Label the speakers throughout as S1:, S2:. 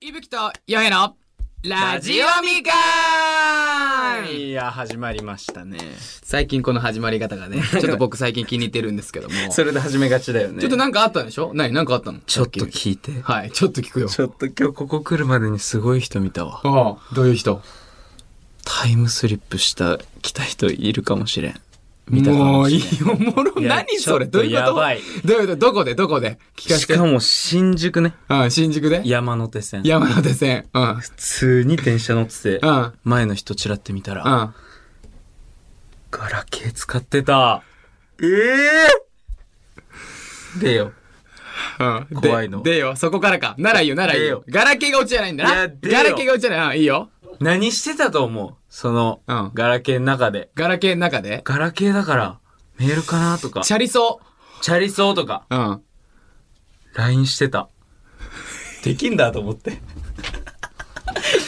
S1: いぶきとよへのラジオみかーん
S2: いや、始まりました ね。
S1: 最近この始まり方 がね、ちょっと僕最近気に入ってるんですけ ども。ち
S2: それで始めがちだよね。
S1: ょっとなんかあったんでしょ何何かあったの
S2: ちょっと聞いて。
S1: はい、ちょっと聞くよ。
S2: ちょっと今日ここ来るまでにすごい人見たわ。
S1: ああ、どういう人
S2: タイムスリップした、来た人いるかもしれん。見たか
S1: も
S2: も
S1: うい
S2: し
S1: いおもろ。
S2: いや
S1: 何それ
S2: ち
S1: ど
S2: ょ
S1: う
S2: っと
S1: いうこと
S2: やばい
S1: どういうことどこでどこで聞
S2: れ
S1: かせ。
S2: ん。してかも新宿ね。
S1: うん、新宿で
S2: 山手線。
S1: 山手線。うん。うん。
S2: 普通に電車乗ってて、
S1: うん。
S2: 前の人ちらって見たら、
S1: あ
S2: ガラケー使ってた。ええでよ。
S1: うん
S2: 怖いの
S1: ででよ、そこからか。ならいいよ、ならいい
S2: で
S1: よ
S2: よ。
S1: ガラケーが落ちじゃないんだな。
S2: いやでよ
S1: ガラケーが落ちじゃない。うん、いいよ。
S2: 何してたと思うその、
S1: うん
S2: ガラケーの中で。
S1: ガラケーの中で。
S2: ガラケーだから、メールかなとか、
S1: チャリソ
S2: チャリソーとか。
S1: ー。うん。
S2: LINE してた。できんだと思 って。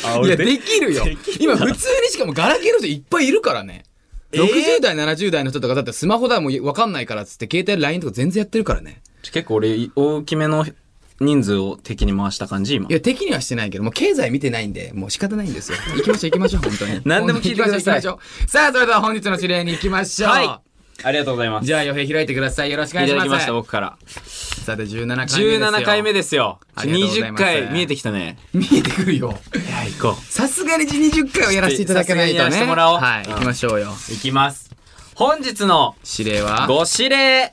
S2: あ、
S1: いや、
S2: 俺で
S1: できるよ
S2: でき。る
S1: 今、普通にしかもガラケーの人いっぱいいるからね。
S2: えー
S1: 60代、70代の人とかだってスマホだもうわかんないからっつって、携帯 LINE とか全然やってるからね。
S2: 結構俺、大きめの人数を敵に回した感じ、今
S1: い。や、敵にはしてないけど、もう経済見てないんで、もう仕方ないんですよ。 行きましょう、行きましょう、本当に。
S2: 何でも聞いてください
S1: 行きましょう行きましょうさあ、それでは本日の指令に行きましょう。
S2: はい。ありがとうございます。
S1: じゃあ、予平開いてください。よろしくお願
S2: い
S1: い
S2: た
S1: しま
S2: だ
S1: す。
S2: きました、僕から。
S1: さて、17回目ですよ。
S2: 17
S1: で。あ
S2: 回目ですよ。
S1: りがとうござい
S2: 20
S1: ます
S2: 回見えてきたね。
S1: 見えてくるよ。
S2: いや、行こ
S1: さすがに20回をやらせていただかないとね。
S2: さすがにやらせてもらおう
S1: はい、
S2: うん
S1: 行きましょうよ。
S2: う。行きます。本日の
S1: 指令は
S2: ご指令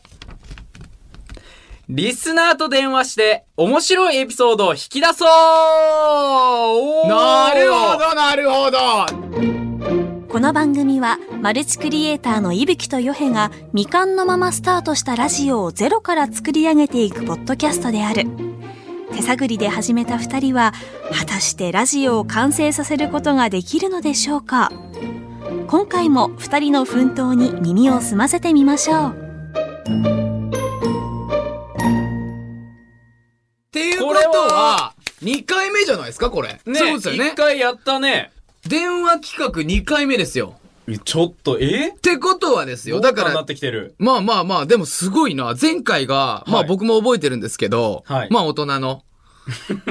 S2: リスナーと電話して面白いエピソードを引き出そう
S1: な
S2: な
S1: るほど、なるほど。
S3: この番組はマルチクリエイターの伊吹とヨヘが未完のままスタートしたラジオをゼロから作り上げていくポッドキャストである手探りで始めた二人は果たしてラジオを完成させることができるのでしょうか今回も二人の奮闘に耳を澄ませてみましょう
S1: っていうこ
S2: これ
S1: とは
S2: は、
S1: 2回目じゃないですか、これ。
S2: ね
S1: そうですよね
S2: 一。回やったね。
S1: 電話企画2回目ですよ。
S2: ちょっと、え
S1: ってことはですよ。だ
S2: だ
S1: か
S2: から。な
S1: ら
S2: っ、てきてる。
S1: まあまあまあ、でもすごいな。前回が、まあ
S2: はい
S1: 僕も覚えてるんですけど、
S2: はい
S1: まあ大人 の、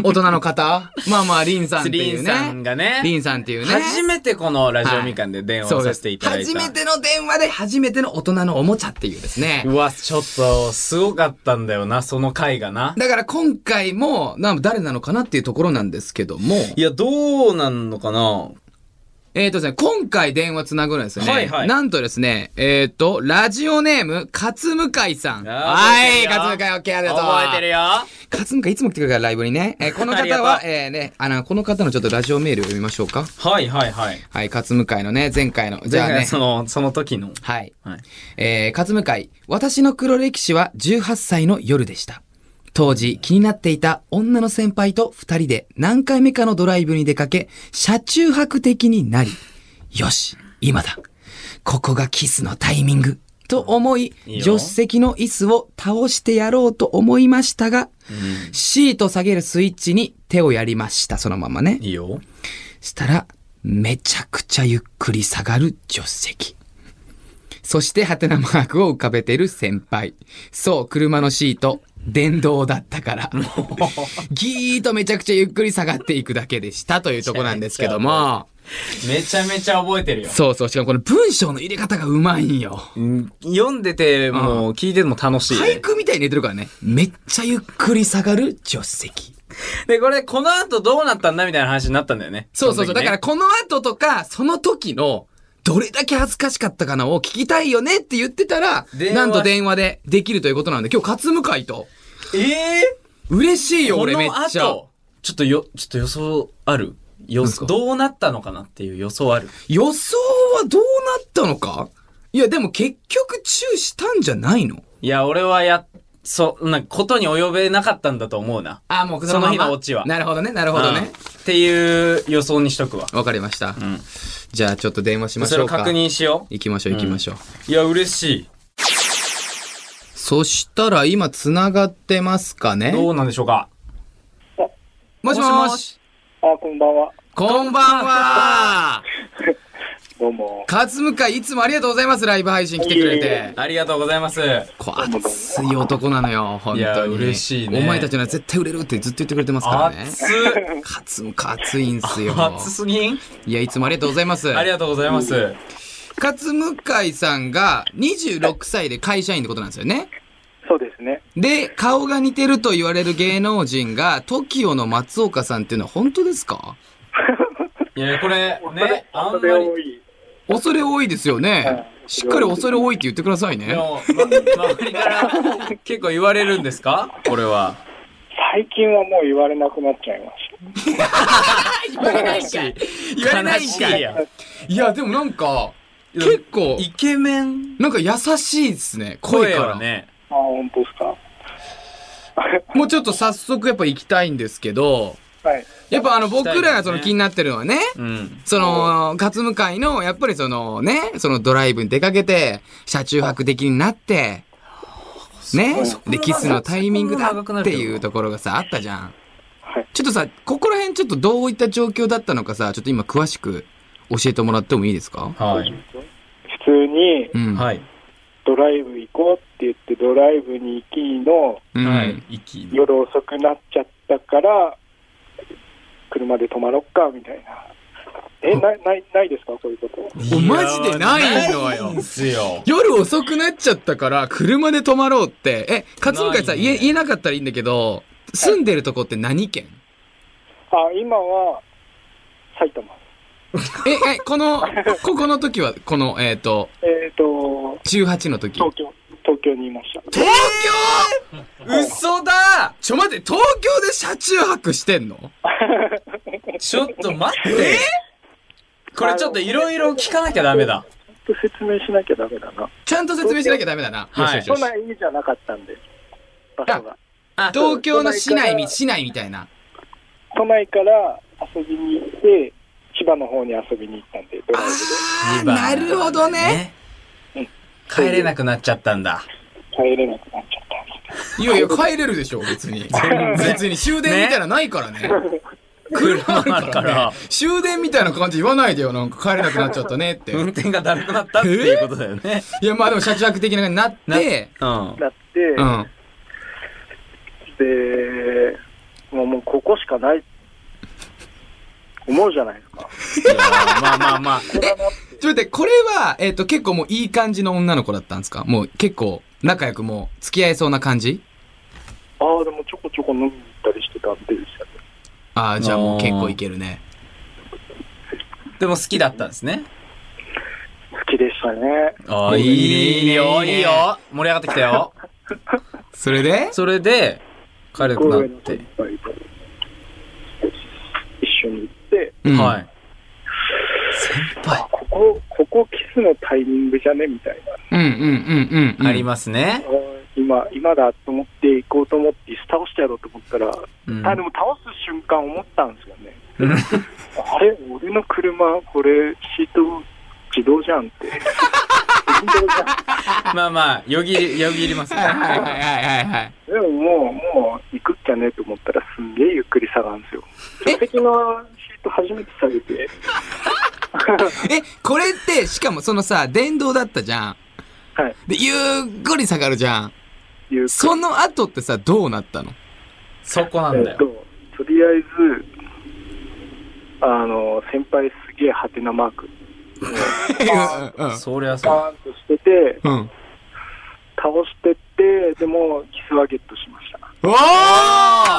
S1: 大人の方、まあまあ、リンさんって
S2: リ
S1: い
S2: ン
S1: う
S2: さん
S1: ね。
S2: がね、
S1: リンさんっていうね。
S2: 初めてこのラジオみかんで電話
S1: そ
S2: を
S1: うで
S2: さ
S1: す
S2: せていただいた。
S1: 初めての電話で初めての大人のおもちゃっていうですね。
S2: うわ、ちょっと、すごかったんだよな、その回がな。
S1: だから今回も、な誰なのかなっていうところなんですけども、
S2: いや、どうなんのかな
S1: えっ、とですね、今回電話つなぐのですね、
S2: はいはい
S1: なんとですね、えっ、と、ラジオネーム、勝向井さん。はい、勝向井、オッケー、ありがとう。
S2: 覚えてるよ。
S1: 勝向井、いつも来てくれるから、ライブにね。 えーこの
S2: ありが
S1: 方
S2: とう
S1: は、えーね、あの、この方のちょっとラジオメールを読みましょうか。
S2: はいはいはい。
S1: はい、勝向井のね、前回の、じゃあ
S2: 前回
S1: ね、
S2: その、その時の。
S1: はい。
S2: はい。
S1: えー、勝向井、私の黒歴史は18歳の夜でした。当時気になっていた女の先輩と二人で何回目かのドライブに出かけ、車中泊的になり、よし、今だ。ここがキスのタイミング。と思い、
S2: いいよ
S1: 助手席の椅子を倒してやろうと思いましたが、シート下げるスイッチに手をやりました、そのままね。
S2: いいよ。
S1: したら、めちゃくちゃゆっくり下がる助手席。そして、ハテナマークを浮かべてる先輩。そう、車のシート、電動だったから。ギーッとめちゃくちゃゆっくり下がっていくだけでしたというとこなんですけども。
S2: めちゃめちゃ覚えてるよ。
S1: そうそう、しかもこの文章の入れ方がうまいんよ。
S2: うん読んでて、もう、聞いてても楽しいね。
S1: 俳句みたいに入れてるからね。めっちゃゆっくり下がる助手席。
S2: で、これ、この後どうなったんだみたいな話になったんだよね。
S1: そうそうそう。
S2: の
S1: だ
S2: 時
S1: か
S2: ね
S1: ら、この後とか、その時の、どれだけ恥ずかしかったかなを聞きたいよねって言ってたら、
S2: 電話
S1: なんと電話でできるということなんで、今日勝向井と。
S2: ええ
S1: 嬉しいよ、俺めっちゃ。
S2: ちょっとよ、ちょっと予想ある予
S1: なんすか
S2: どうなったのかなっていう予想ある。
S1: 予想はどうなったのかいや、でも結局チューしたんじゃないの
S2: いや、俺はや、そ、なんか、ことに及べなかったんだと思うな。
S1: あ、もう
S2: その日のオチは
S1: なるほどね、なるほど
S2: うん
S1: ね。
S2: っていう予想にしとくわ。
S1: わかりました
S2: ん。
S1: じゃあ、ちょっと電話しまし
S2: それ
S1: ょ
S2: を
S1: うか。
S2: 確認しよ
S1: 行きましょう、行きましょう。
S2: う。いや、嬉し
S1: そしたら、今、繋がってますか
S2: い。
S1: ね
S2: どうなんでしょうか
S1: もしもし。
S4: あ、こんばんは。
S1: こんばんは。
S4: どうも。
S1: 勝向井いつもありがとうございますライブ配信来てくれ
S4: いえい
S1: て
S2: ありがとうございます。
S1: こう熱い男なのよ本
S2: いや
S1: 当に
S2: 嬉しいね
S1: お前たちなら絶対売れるってずっと言ってくれてますからね
S2: 熱
S1: 勝向井熱いんすよ
S2: 熱すぎん
S1: いやいつもありがとうございます
S2: ありがとうございます。
S1: 勝向井さんが26歳で会社員ってことなんですよね
S4: そうですね。
S1: で顔が似てると言われる芸能人が TOKIO の松岡さんっていうのは本当ですか
S2: いや、これ、ね、 あん
S4: 恐
S2: ま
S4: れ
S2: り。
S4: 多い。
S1: 恐れ多いですよね、
S4: はい
S1: しっかり恐れ多いって言ってください
S2: で
S1: ね
S2: も、ま周りから結構言われるんですかこれは。
S4: 最近はもう言われなくなっちゃいまし
S2: 言われないん
S1: 悲
S2: か
S1: し
S2: い
S1: いいやでもなんか
S2: いや
S1: 結構
S2: イケメン
S1: なんか優しいですね声
S2: 声
S1: から
S2: はね。
S4: た。あ、本当ですか。
S1: もうちょっと早速やっぱ行きたいんですけど
S4: はい。
S1: やっぱあの僕らがその
S2: 行きたいですね
S1: 気になってるのはね
S2: うん。
S1: その、勝向かいの、やっぱりそのね、そのドライブに出かけて、車中泊的になって、ね、で、キスのタイミングだっていうところがさ、あったじゃん
S4: はい。
S1: ちょっとさ、ここら辺ちょっとどういった状況だったのかさ、ちょっと今詳しく教えてもらってもいいですか
S2: はい。
S4: 普通に
S1: うん。い。
S2: はい。
S4: ドライブ行こうって言ってドライブに行きの
S1: うん。
S2: はい。息。
S4: 夜遅くなっちゃったから車で泊まろっかみたいな。え、ない、ない、ないですかそういうこと。
S1: おマジでないのよ
S2: いやないんすよ。
S1: 夜遅くなっちゃったから、車で泊まろうって。え、勝向かいさ、
S2: ないね
S1: 言え、言えなかったらいいんだけど、住んでるとこって何県
S4: あ、今は埼玉。
S1: え、え、この、ここの時は、この、えっ、と、
S4: えっ、と、
S1: 18の時。
S4: 東京、東京にいました。
S1: 東京
S2: 嘘だ
S1: ちょ待って、東京で車中泊してんの
S2: ちょっと待って。これちょっといろいろ聞かなきゃダメだ。
S4: ちょっと説明しなきゃダメだな。
S1: ちゃんと説明しなきゃダメだな。
S2: はい
S1: よしよ
S4: 都
S1: しよし
S4: 内じゃなかったんで、場所が。
S2: あ
S1: 東京の市内
S4: 都内か
S1: み、
S4: ら
S1: 市内みたいな。
S4: 都内から遊びに行って、千葉の方に遊びに行ったんで、ドライブ
S1: あー、なるほどね。。
S2: 帰れなくなっちゃったん だ。
S4: で帰れなくなっちゃったんです。
S1: いやいや、帰れるでしょ、別に。別に終電みたいなのないからね。車あるから,、ね、
S2: 車あるから
S1: 終電みたいな感じ言わないでよ、なんか帰れなくなっちゃったねって。
S2: 運転がだるくなったっていうことだよね。
S1: いや、まあでも車中泊的な感じになって、
S2: うん。
S4: だっ
S1: う
S4: て、
S1: ん。
S4: で、もうもうここしかない、思うじゃないですか。
S2: いやまあまあま あ。
S4: ここだなって
S1: ちょっと待って、これは、えっ、と、結構もういい感じの女の子だったんですかもう結構仲良くもう付き合えそうな感じ
S4: ああ、でもちょこちょこ飲みに行ったりしてたんでしたね。
S1: ああ、じゃあもう結構いけるね。
S2: でも好きだったんですね。
S4: 好きでしたね。
S2: あ
S1: ー
S2: あ、
S1: い
S2: い
S1: いね
S2: いよ、いいよ。盛り上がってきたよ。
S1: それで
S2: それで、帰れなくなって。
S4: バイト一緒に行って、
S1: うん
S2: はい。
S4: あここ、ここキスのタイミングじゃねみたいな。
S1: うんうんうんうん。
S2: ありますね。
S4: 今、今だと思って行こうと思って、椅子倒してやろうと思ったら、
S2: うん
S4: あ、でも倒す瞬間思ったんですよ ね。あれ俺の車、これ、シート、自動じゃんって。自動じ
S2: まあまあ、よぎり、よぎりますね。
S1: はいはいはいはいはい。
S4: ゃん。でももう、もう、行くっきゃねと思ったら、すんげえゆっくり下がるんですよ。座席のシート初めて下げて、
S1: え、これって、しかもそのさ、電動だったじゃん。
S4: はい。
S1: で、ゆっくり下がるじゃん。
S4: ゆっくり
S1: その後ってさ、どうなった の
S2: そこな
S4: え
S2: んだ
S4: っと
S2: よ。、
S4: とりあえず、あの、先輩すげえハテナマーク、
S1: うんうん
S2: そりゃそう。
S4: パーンとしてて、
S1: うん。うん。
S4: 倒してって、でも、キスはゲットしました。
S1: おー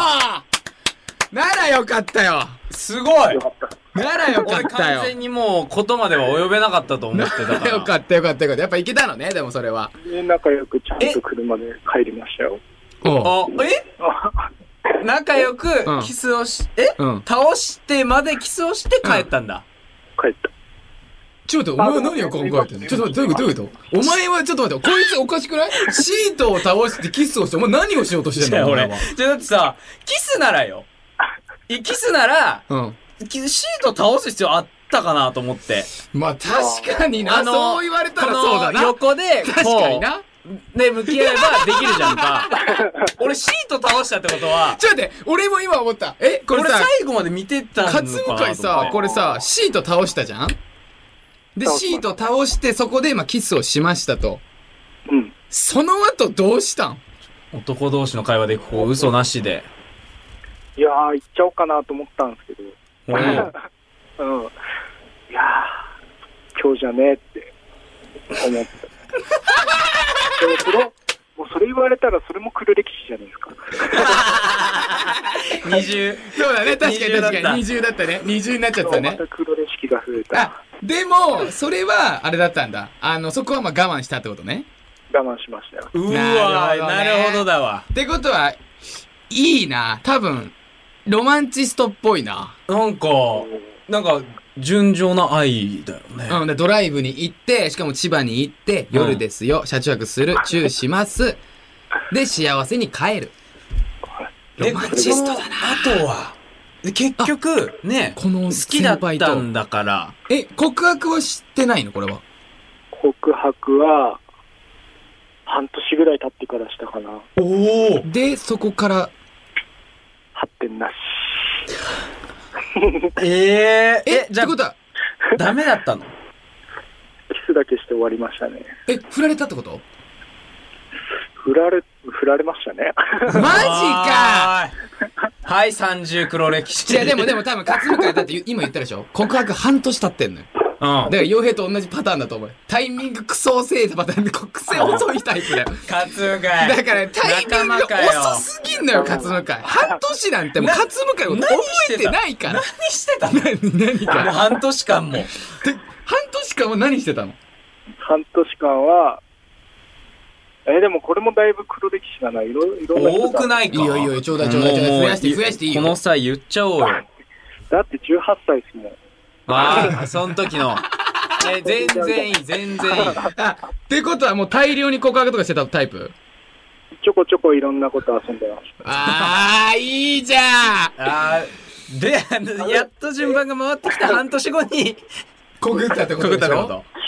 S1: ならよかったよ
S2: すごい
S4: よかった。
S1: ならよか
S2: 俺
S1: った
S2: 完
S1: よ
S2: 全にもう、ことまでは及べなかったと思ってた
S1: な
S2: から
S1: よか
S2: ら。
S1: ったよかったよかった。やっぱいけたのね、でもそれは。
S4: で仲良くちゃん
S2: え
S4: と車で帰りましたよ。
S1: おう。
S2: あ、え仲良く
S1: うん、
S2: キスをし、え
S1: うん。
S2: 倒してまでキスをして帰ったんだ。
S4: 帰った。
S1: ちょっと待って、お前は何を考えてんのちょっと待って、どういうことどういうことお前はちょっと待って、こいつおかしくないシートを倒してキスをして、お前何をしようとしてん
S2: じゃ
S1: の
S2: あ
S1: お前
S2: 俺
S1: は。。
S2: じゃあだってさ、キスならよ。いキスなら、
S1: うん。
S2: きシート倒す必要あったかなと思って。
S1: まあ確かにな、
S2: あの
S1: そう言われたらそうだ
S2: この
S1: な。
S2: 横で、
S1: 確かにな。
S2: こう。で、向き合えばできるじゃ んか。俺シート倒したってことは、
S1: ちょっと待って、俺も今思った。え、これ
S2: 俺
S1: さ、
S2: 最後まで見てたのかなと
S1: 勝
S2: 思って。
S1: 向井さ、これさ、シート倒したじゃんで、シート倒して、そこで、まあ、キスをしましたと。
S4: うん。
S1: その後どうしたん
S2: 男同士の会話でこう嘘なしで。
S4: いやー、行っちゃおうかなと思ったんですけど、
S2: おー
S4: うん。いやー、今日じゃねえって思った。でもそれ、もうそれ言われたらそれも黒歴史じゃないですか。
S2: 二重。
S1: そうだね、確かに
S2: 20だった
S1: 確かに。20だったね。20になっちゃった
S4: ま
S1: ね
S4: た。黒歴史が増えた。
S1: あ、でも、それは、あれだったんだ。あの、そこはまあ我慢したってことね。
S4: 我慢しましたよ。
S2: う
S1: な
S2: わ
S1: るほどね
S2: ー、なるほどだわ。
S1: ってことは、いいな。多分、ロマンチストっぽいな。
S2: なんか、なんか、純情な愛だよね。
S1: うん、でドライブに行って、しかも千葉に行って、夜ですよ、車中泊する、チューします。で、幸せに帰る。
S2: で
S1: ロマンチストだな
S2: その後は、で結局、ね、
S1: この
S2: 好きだっ
S1: 先輩
S2: た
S1: と
S2: んだから、
S1: え、告白はしてないのこれは。
S4: 告白は、半年ぐらい経ってからしたかな。
S2: おお
S1: で、そこから、
S4: 発展なし。
S2: えー、
S1: え、
S2: え、じゃ
S1: ってことは、
S2: あ、ダメだったの
S4: キスだけして終わりましたね。
S1: え、振られたって こと
S4: 振られ、振られましたね。
S1: マジか
S2: おーいはい、三十黒歴史。
S1: いや、でもでも多分、勝向井だって今言ったでしょ告白半年経ってんのよ。
S2: うん
S1: だ。から、洋平と同じパターンだと思う。タイミングクソ遅いパターンで、こ癖遅いタイプだよ。
S2: 勝つがい。
S1: だから、タイミング
S2: 仲間かよ
S1: 遅すぎんのよ、勝向井。半年なんてもう、勝向井を覚えてないから。
S2: 何してたの
S1: 何か。
S2: もう半年間も。
S1: で半年間は何してたの
S4: 半年間は、えでもこれもだいぶ黒歴史だな。いろ、いろんな人
S2: 多
S4: が
S2: くないか
S1: いいよいいよちょうだいちょうだいちょうだい
S2: も
S1: 増やして増やしていいよ
S2: この際言っちゃおうよ。
S4: だって18歳ですもん。
S2: ああ、その時 の。え、全然いい、全然いい。
S1: あ、ってことはもう大量に告白とかしてたタイプ
S4: ちょこちょこいろんなこと遊んでまし
S1: あー、いいじゃん
S2: あーで、あのやっと順番が回ってきた半年後に、
S1: 告ったってこと
S2: 告っ
S1: で
S2: た
S1: し
S2: っ
S1: てょ
S2: こ
S4: た。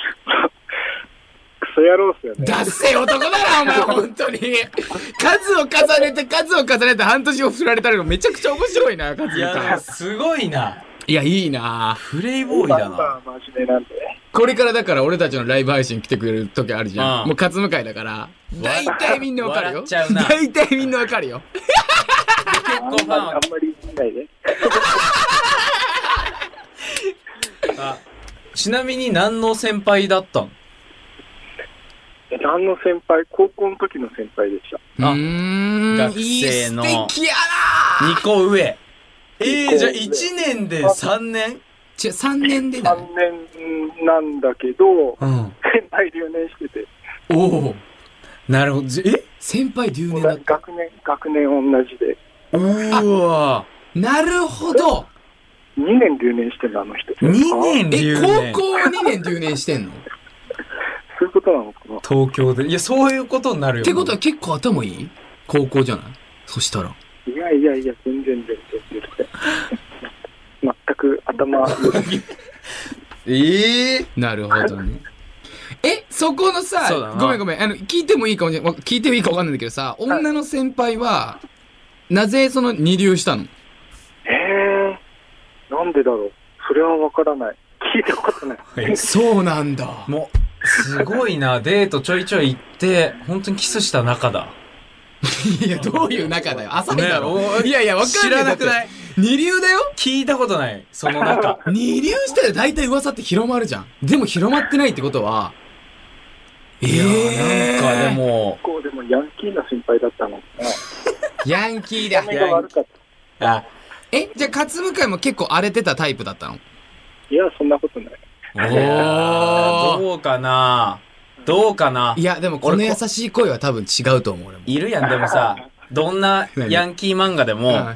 S4: クソ野郎っすよね。
S1: ダッセー男だな、お 前、本当に。数を重ねて、数を重ねて、半年を振られたのめちゃくちゃ面白いな、数
S2: と。いや、
S1: が。
S2: すごいな。
S1: いや、いいな
S2: プレイボーイだな。
S4: まあ真面目なんで。
S1: これからだから俺たちのライブ配信来てくれる時あるじゃ。
S2: うんん
S1: もう勝向井だから。大体みんなわかるよ。
S2: 笑っちゃうな
S1: 大体みんなわかるよ。
S2: 結
S4: あ
S2: 構
S4: んま
S2: フ
S4: り、
S2: ァン
S4: あ
S2: は
S4: ん、まり言いないで。
S2: あちなみに何の先輩だったの
S4: え何の先輩高校の時の先輩でした。
S1: うーん、
S2: 学
S1: いい
S2: 生
S1: 素
S2: の
S1: 敵やな
S2: ?2 個上。え
S4: 二
S2: ー、
S4: 個上
S2: じゃあ1年で3年
S1: ちょ、3年でだね
S4: 3。年なんだけど、
S2: うん。
S4: 先輩留年してて、
S2: おお。なるほど。じえ
S1: 先輩留年だった。
S4: 学年、学年同じで、
S2: うーわ
S1: なるほど
S4: 2年留年してるの、あの人。
S2: ー。2年
S1: え、
S2: 留年。
S1: 高校2年留年してんのっ
S4: そういうことなのかな
S2: 東京で。いや、そういうことになるよ。
S1: てことは結構頭いい高校じゃないそしたら。
S4: いやいやいや、全然全然全然。 全く頭、
S2: ええ
S1: なるほど ね。え、そこのさ
S2: そうだな、
S1: ごめんごめん、あの、聞いてもいいかもしれない、聞いてもいいかわかんないんだけどさ、女の先輩は、なぜその二流したの
S4: えー、なんでだろう。それはわからない。聞いたことない。
S1: そうなんだ。
S2: もう、すごいな。 デートちょいちょい行って、本当にキスした仲だ。
S1: いや、どういう仲だよ。浅いだろ
S2: ねえお。
S1: いやいや、わかん
S2: 知
S1: ない。
S2: らなくない
S1: だって二流だよ。
S2: 聞いたことない。その中
S1: 二流したら大体噂って広まるじゃん。でも広まってないってことは、 え
S2: いや
S1: え
S2: ー、なんかでも、
S4: こうでもヤンキーな先輩だったのかな。
S1: ヤンキーだ
S4: 目。が悪かった。
S2: あ、
S1: え、じゃあ、勝向井も結構荒れてたタイプだったの
S4: いや、そんなことない。
S2: いやーどうかなどうかない
S1: や、でもこの優しい声は多分違うと思う、俺も。
S2: いるやん、でもさ、どんなヤンキー漫画でも、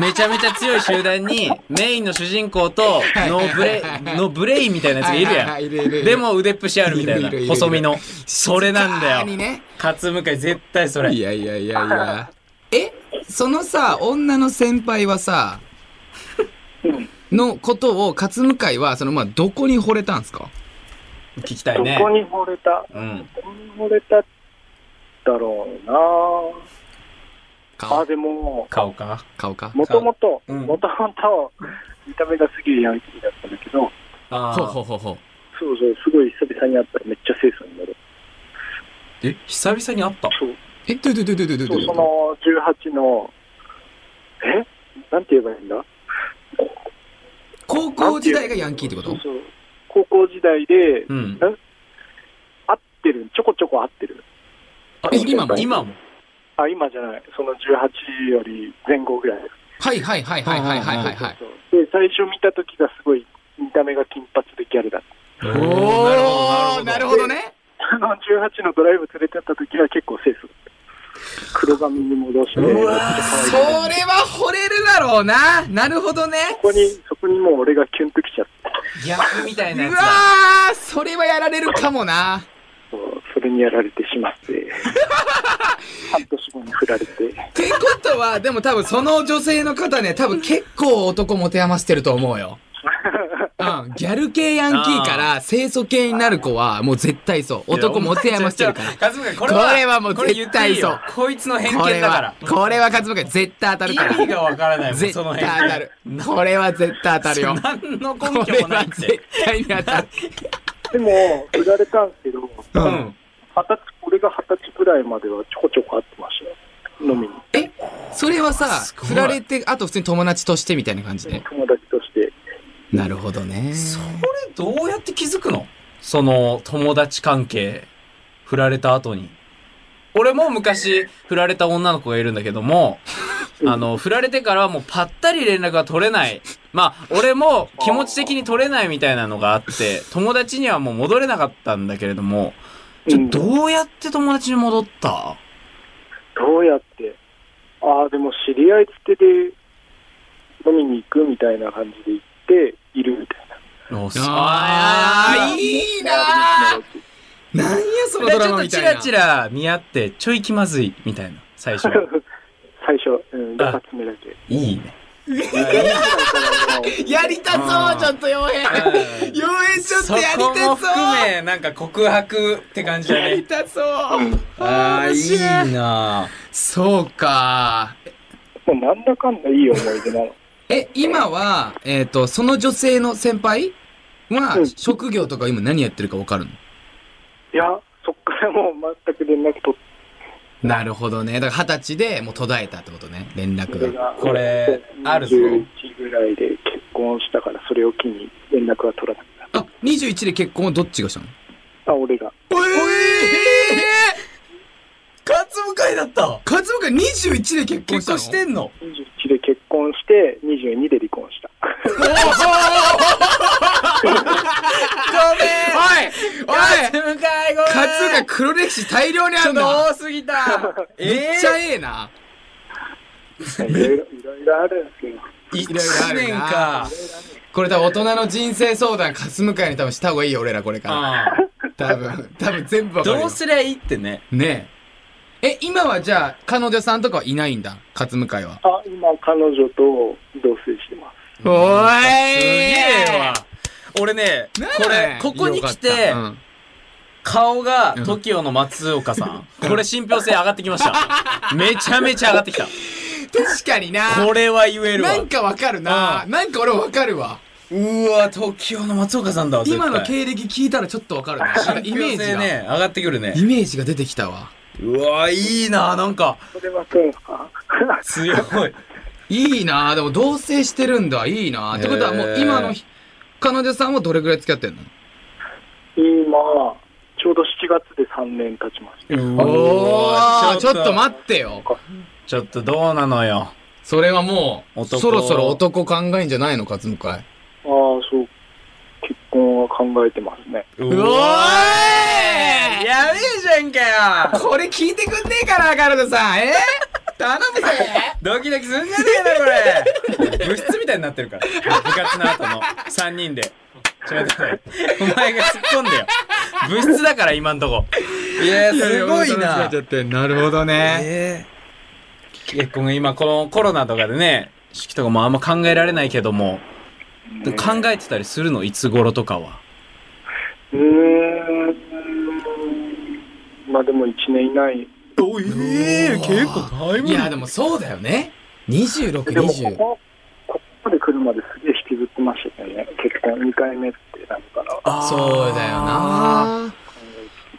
S2: めちゃめちゃ強い集団に、メインの主人公と、ノーブレイ、のブレインみたいなやつがいる
S1: は
S2: や
S1: いはいはいいるいる
S2: ん。でも腕っぷしあるみたいない
S1: るいるいるい、る
S2: 細身の。それなん
S1: 静
S2: だ
S1: かに
S2: よ。
S1: ね
S2: 勝向井絶対そ
S1: い
S2: れ。
S1: やいやいやいや。え、そのさ、女の先輩はさ、のことを勝向井は、そのまあ、どこに惚れたんすか
S2: 聞きたい
S4: ど
S2: ね
S4: こ。に惚れた
S2: うん。
S4: どこに惚れただろうなあ、
S1: 顔
S4: でも、
S2: 顔か。
S1: 顔か。
S4: もともと、
S2: うん
S4: もともと、見た目がすげえヤンキーだったんだけど、
S2: あ
S1: ほうほ
S2: ー
S1: うほうほう。
S4: そそうそう、すごい久々に会ったらめっちゃ清楚になる。
S2: え、久々に会った
S4: そう、
S1: え、どういうどういうどういうどういうど
S4: そうう
S1: いう
S4: その18の、えなんて言えばいいんだ
S1: 高校時代がヤンキーってこ
S4: そ
S1: と
S4: うそう。高校時代で、
S2: うん。
S4: 合ってる、ちょこちょこ合ってる。
S2: あ
S1: え今も
S2: 今も。
S4: あ、今じゃない。その18より前後ぐらい。
S1: はいはいはいはいはいはいはいはい。
S4: そうで、最初見た時がすごい、見た目が金髪でギャルだった。
S2: お
S1: おー、なるほどね。
S4: あの、18のドライブ連れてった時は結構清楚だった。黒髪に戻して、
S2: うわー
S4: めっちゃ可愛い
S1: それは惚れるだろうな。なるほどね。
S4: そこに、そこにもう俺がキュンときちゃった。
S2: 逆みたいうな
S1: わ
S2: やつだ。
S1: ー、それはやられるかもな。
S4: そうそれにやられてしまって、 半年後に振られて、
S1: ってことは、でも多分その女性の方ね、多分結構男持て余してると思う よ。うん、ギャル系ヤンキーから清楚系になる子はもう絶対そう。男持て余してるから。
S2: カズム君、これ
S1: これはもう
S2: これ言っていいよ
S1: 絶対
S2: こいつの偏
S1: これ
S2: 見だから
S1: は。、これは勝間君絶対当たるから。
S2: 意味がわからないもん、
S1: 絶
S2: その
S1: 対
S2: 辺。
S1: 当たる。これは絶対当たる よ。
S2: 何の根
S1: こ
S2: 拠
S1: れ
S2: もな
S1: はい
S2: って
S1: 絶。対に当たる。
S4: でも、振られたんですけど、
S1: う。
S2: うんん。
S4: 二十歳俺が二十歳ぐらいまではちょこちょこ会ってましたよ飲みに
S1: え、それはさ
S2: す、ごい
S1: 振られて、あと普通に友達としてみたいな感じで。
S4: 友達として
S1: なるほどね。
S2: これどうやって気づくのその友達関係、振られた後に。俺も昔、振られた女の子がいるんだけども、あの、振られてからはもうぱったり連絡が取れない。まあ、俺も気持ち的に取れないみたいなのがあって、友達にはもう戻れなかったんだけれども、ち
S4: う
S2: ょ
S4: ん
S2: どうやって友達に戻った
S4: どうやってああでも知り合いつてで飲みに行くみたいな感じで行っているみたいな
S2: おす
S1: あー、いいなーなんやその
S2: ち
S1: ドラ
S2: ょっ
S1: マ
S2: と
S1: み
S2: チ
S1: たいな。
S2: ラチラ見合って、ちょい気まずい、みたいな、最 初は。
S4: 最初、うん、
S2: あ
S4: 2発目だけ
S2: いいね。
S1: やりたそう、ちょっと傭
S2: う
S1: 兵。
S2: ん
S1: 傭兵ちょっとやり
S2: そこも
S1: た
S2: 含
S1: そ
S2: め、なんか告白って感じ
S1: う。
S2: だ
S1: やり
S2: ね。
S1: たそう。
S2: あー、
S1: 面白
S2: いいな
S1: そうか。
S4: もうなんだかんだいい思い出なの
S1: え、今は、えっ、と、その女性の先輩は、
S4: うん
S1: 職業とか今何やってるかわかるの
S4: いやそっからもう全く連絡取っ
S1: なるほどね。だから二十歳でもう途絶えたってことね。連絡
S4: て
S1: が。
S4: が
S2: これあるぞ
S4: 21ぐらいで結婚したからそれを機に連絡は取らなくなっ
S1: あ、21で結婚はどっちがしたの
S4: たあ俺が
S1: ええ
S2: カツム会だった
S1: ー、カズムが21で結婚し
S2: 結
S1: たの
S2: 婚してんの
S4: 21で結婚して22で離婚した
S2: ご
S1: お
S2: め
S1: いおい
S2: んカツム会ごめん
S1: カツが黒歴史大量にあ
S2: ちょ
S1: る
S2: っと
S1: の
S2: 多すぎ た
S1: めっちゃええな。
S4: いろいろいろいろあるんですけど
S2: 一
S1: いろいろあるな
S2: 年か。
S1: これ多分大人の人生相談、カスム会に多分した方がいいよ、俺らこれか
S2: う
S1: ら。多分、多分全部わ
S2: ん
S1: かるよ。
S2: どうすりゃいいってね。
S1: ねえ。え、今はじゃあ、彼女さんとかはいないんだ、カツム会は。
S4: あ今彼女と同棲してます
S1: おーい
S2: すげえわ。俺ね、これ、ここに来て、顔が TOKIO の松岡さん。これ信憑性上がってきました。めちゃめちゃ上がってきた。
S1: 確かにな。
S2: これは言えるわ。
S1: なんかわかるな。
S2: う
S1: なんか俺わかるわ。
S2: うわ、TOKIO の松岡さんだわ。絶対
S1: 今の経歴聞いたらちょっとわかるな。な んかイ
S2: 信
S1: メ
S2: 憑
S1: ージ
S2: 性
S1: が、
S2: ね、上がってくるね
S1: イ。メージが出てきたわ。
S2: うわ、いいな、なんか、
S4: それはそうか
S2: 強い。
S1: いいなでも同棲してるんだ。いいなってことはもう今のひ彼女さんはどれぐらい付き合ってんの
S4: 今ちょうど7月で3年経ちました
S2: う
S1: お
S2: わ
S1: ーちょっと待ってよ。
S2: ちょっとどうなのよ。
S1: それはもう、
S2: 男
S1: そろそろ男考えんじゃないの、勝向かい。
S4: ああそう結婚は考えてますね
S2: う
S1: おーい
S2: やべえじゃんかよ
S1: これ聞いてくんねえかな、彼女さん。えー、頼むぜ。
S2: ドキドキすんじゃねえな、これ部室みたいになってるから。部活の後の3人で。ちょっと待ってお前が突っ込んでよ。部室だから、今んとこ。いや、すごいな。
S1: なるほどね。
S2: ええ結婚が今このコロナとかでね式とかもあんま考えられないけども、考えてたりするのいつ頃とかは
S4: うーんまあでも1年以内
S2: お
S1: ええ結構
S2: 大
S1: いや、でもそうだよね。26、
S4: でもこ
S1: 20。
S4: こここまで来るまですげえ引きずってましたよね結婚2回目ってなるから
S2: あー
S1: そうだよな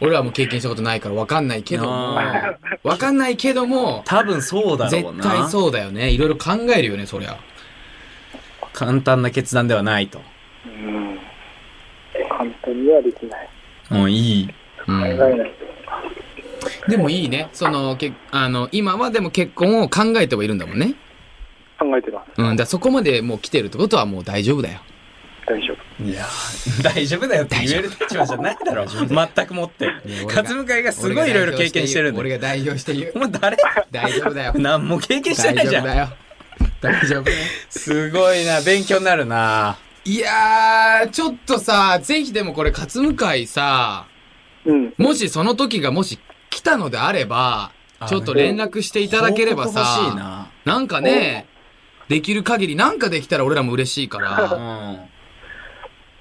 S1: 俺はもう経験したことないから分かんないけども
S2: あ
S1: 分かんないけども
S2: 多分そうだろう
S1: 絶
S2: な。
S1: 対そうだよねいろいろ考えるよねそりゃ
S2: 簡単な決断ではないと。
S4: うん。簡単にはできない。
S2: もういい。
S1: うん
S4: 考えないと。
S1: でもいいねそのけあの今はでも結婚を考えてはいるんだもんね
S4: 考えてます。
S1: うんだからそこまでもう来てるってことはもう大丈夫だよ
S4: 大丈夫。
S2: いや、大丈夫だよって言える立場じゃないだろ。全くもって
S1: いや。俺が
S2: 勝向がすごいいろいろ経験してるん
S1: 俺
S2: で。
S1: が代表して言う
S2: お前誰
S1: 大丈夫だよ
S2: 何も経験して
S1: 大
S2: ないじ
S1: 丈
S2: ゃ
S1: 夫
S2: ん。
S1: だよ大丈夫だよ
S2: すごいな、勉強になるな。
S1: いやー、ちょっとさ、ぜひでもこれ、勝向井さ、
S4: うん。
S1: もしその時がもし来たのであれば、
S2: あ
S1: ちょっと連絡していただければ
S2: 報告欲しい
S1: さ、
S2: な。
S1: なんかね、できる限り、なんかできたら俺らも嬉しいから、
S2: うん。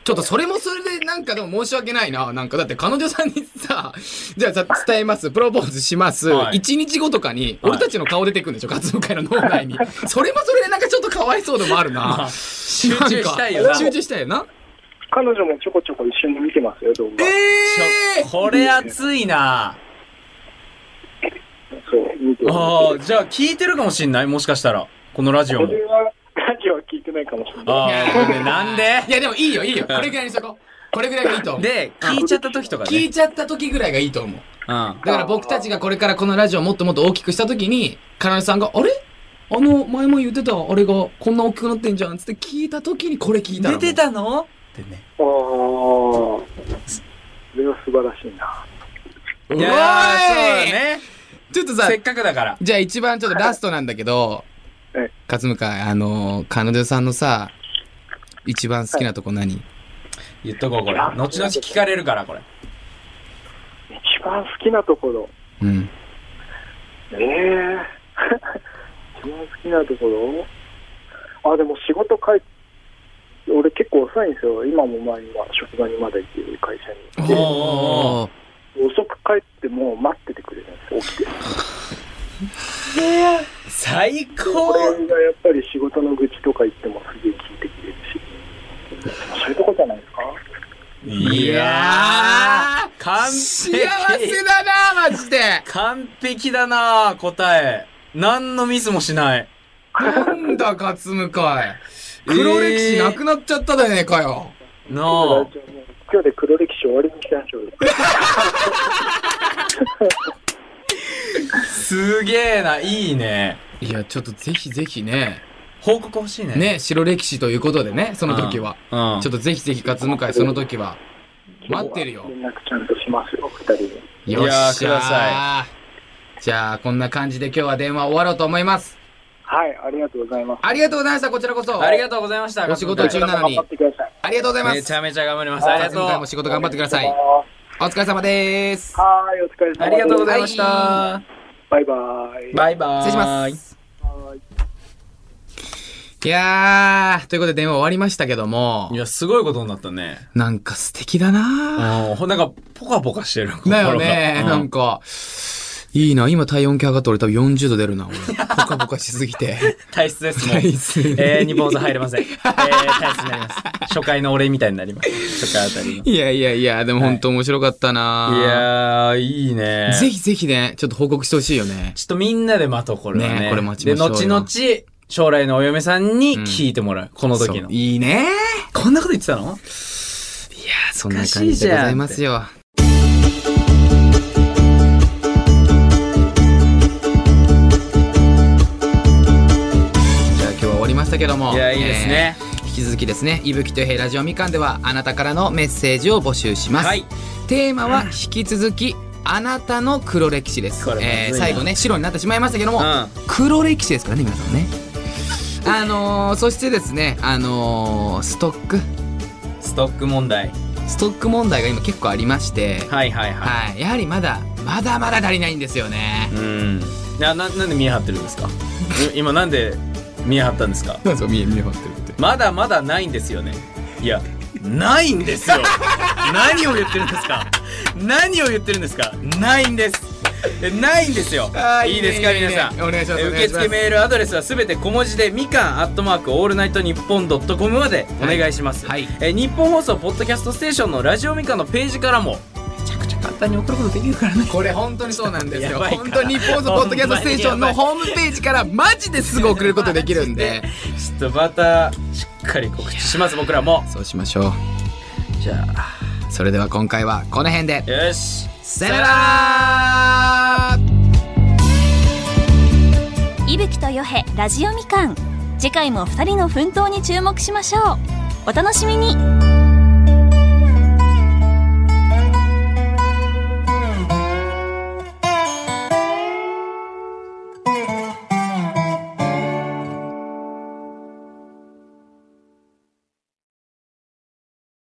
S1: ちょっとそれもそれでなんかでも申し訳ないな。なんかだって彼女さんにさ、 じゃあさ伝えます、プロポーズします、
S2: はい
S1: 一日後とかに
S2: はい
S1: 俺たちの顔出てくるんでしょ、勝向井の脳内 に。それもそれでなんかちょっとかわいそうでもある
S2: ま
S1: な
S2: あ。集中したいよ
S1: ん
S2: な。
S1: か集中したいよな。
S4: 彼女もちょこちょこ一緒に見てますよ、動画。
S2: ちょこれ熱いな。
S4: そう、見てます。
S2: ああ、じゃあ聞いてるかもしんないもしかしたら。このラジオ
S4: こ
S2: も。
S4: れは、ラジオは聞いてないかもしれない。
S2: ああ、なんで
S1: いやでもいいよいいよこれぐらいにしとこうこれぐらいがいいと思う
S2: で、聞いちゃった時とかね。
S1: 聞いちゃった時ぐらいがいいと思う
S2: うん。
S1: だから僕たちがこれからこのラジオをもっともっと大きくした時に彼女さんが「あれあの前も言ってたあれがこんな大きくなってんじゃん」つって聞いた時にこれ聞いたら
S2: 出
S1: もう
S2: てたのってね。
S4: ああ。それは素晴らしいな。
S1: うわーい
S2: いやーそうだね。
S1: ちょっとさ
S2: せっかくだから。
S1: じゃあ一番ちょっとラストなんだけど
S4: はい
S1: 勝向あのー彼女さんのさ一番好きなとこ何、
S2: 言っとこう、これ。後々聞かれるから、これ。
S4: 一番好きなところ。
S1: うん
S4: ええ一番好きなところあ、でも仕事帰っ俺結構遅いんですよ。今もまあ今、職場にまだいてる会社にいて。
S2: おー
S4: 遅く帰っても待っててくれるんですよ、起きて。
S2: 最
S4: こ
S2: 高
S4: れがやっぱり仕事の愚痴とか言ってもすげえ聞いてくれるし。そういうとこじゃないですか
S2: い
S1: や
S2: やー完
S1: 幸せ
S2: 璧
S1: だなマジで
S2: 完璧だな答え。何のミスもしない。
S1: なんだ、勝向かい。黒歴史なくなっちゃっただよねかよ。
S2: な
S4: 今
S2: あ。
S4: 日で黒歴史終わりにしましょうよ。
S2: すげえな、いいね。
S1: いや、ちょっとぜひぜひね、
S2: 報告欲しい ね。。
S1: ね、白歴史ということでね、その時は。
S2: うん。
S1: ちょっとぜひぜひ勝向い、その時は。待ってるよ。
S4: 連絡ちゃんとしますよ、二人に。
S2: や
S1: よっし
S2: くだ
S1: ゃ
S2: さ
S1: ー。じゃあ、こんな感じで今日は電話終わろうと思います。
S4: はい、ありがとうございます。
S1: ありがとうございました、こちらこそ。
S2: ありがとうございました。
S1: お仕事中
S2: 勝
S1: なのに
S4: 頑張ってください。
S1: ありがとうござい
S2: 村
S1: ま
S2: 君めち
S1: す。
S2: ゃめちゃ頑張ります。ありが
S1: 勝向
S2: と
S1: 井も
S2: う。
S1: 仕事頑張ってください。お疲れ様です。
S4: はい、お疲れ様です。
S2: ありがとうございまし
S1: は
S2: た。
S4: バイバイ。
S2: バイバイ。
S1: 失礼します。
S4: はい
S1: いやー、ということで電話終わりましたけども
S2: い、や、すごいことになったね。
S1: なんか素敵だな
S2: うん、ほなんか、ポカポカしてる。
S1: ーだよね、
S2: 心が
S1: な
S2: うん
S1: んか、いいな、今体温計上がって俺多分40度出るな、 俺。ポカポカしすぎて。
S2: 体質ですもん。
S1: 体質
S2: えー、に坊主入れません。えー、体質になります。初回のお礼みたいになります。初回あたりの。
S1: いやいやいや、でも本当面白かったなー
S2: いやー、いいね。
S1: ぜひぜひね、ちょっと報告してほしいよね。
S2: ちょっとみんなで待とう、これはね。
S1: ねこれ待ちましょうよ
S2: で、後々、将来のお嫁さんに聞いてもらう。この時
S1: そ
S2: の
S1: う。いいね
S2: こんなこと言ってたの
S1: ーいやー、そんな感じでございますよ。じゃあ今日は終わりましたけども
S2: いや、いいです
S1: えー
S2: ね。
S1: 引き続きですね「いぶきとよへいラジオみかん」ではあなたからのメッセージを募集します、
S2: はい。
S1: テーマは引き続き「あなたの黒歴史」です
S2: これむずいな
S1: えー最後ね白になってしまいましたけども、
S2: うん
S1: 黒歴史ですからね皆さんねあのー、そしてですねあのー、ストック
S2: ストック問題。
S1: ストック問題が今結構ありまして
S2: はいはいはい。
S1: はい、やはりまだまだまだ足りないんですよね
S2: うん。な、な、なんで見え張ってるんですかい今なんで見え張ったんですか
S1: なんですか見え見え張ってるって
S2: まだまだないんですよね。いや、ないん ですよ。何を言ってるんですか何を言ってるんですかないんです。えないんですよ
S1: あー
S2: いいですか
S1: いいね
S2: 皆さ
S1: いい
S2: ん
S1: ねお願いします
S2: え
S1: お願い
S2: 受
S1: します
S2: 付メールアドレスはすべて小文字でみかんアットマークオールナイトニッポンドットコムまでお願いします、
S1: はいはい
S2: え日本放送ポッドキャストステーションのラジオみかんのページからもめちゃくちゃ簡単に送ることできるからね
S1: これ本当にそうなんです
S2: や
S1: よ
S2: ばいから
S1: 本当に日本のポッドキャストステーションのホームページからマジですぐ送れることできるん で
S2: ちょっとまたしっかり告知します僕らも
S1: そうしましょう
S2: じゃあ
S1: それでは今回はこの辺で
S2: よし
S1: さよなら
S3: 伊吹とよへラジオみかん次回も2人の奮闘に注目しましょうお楽しみに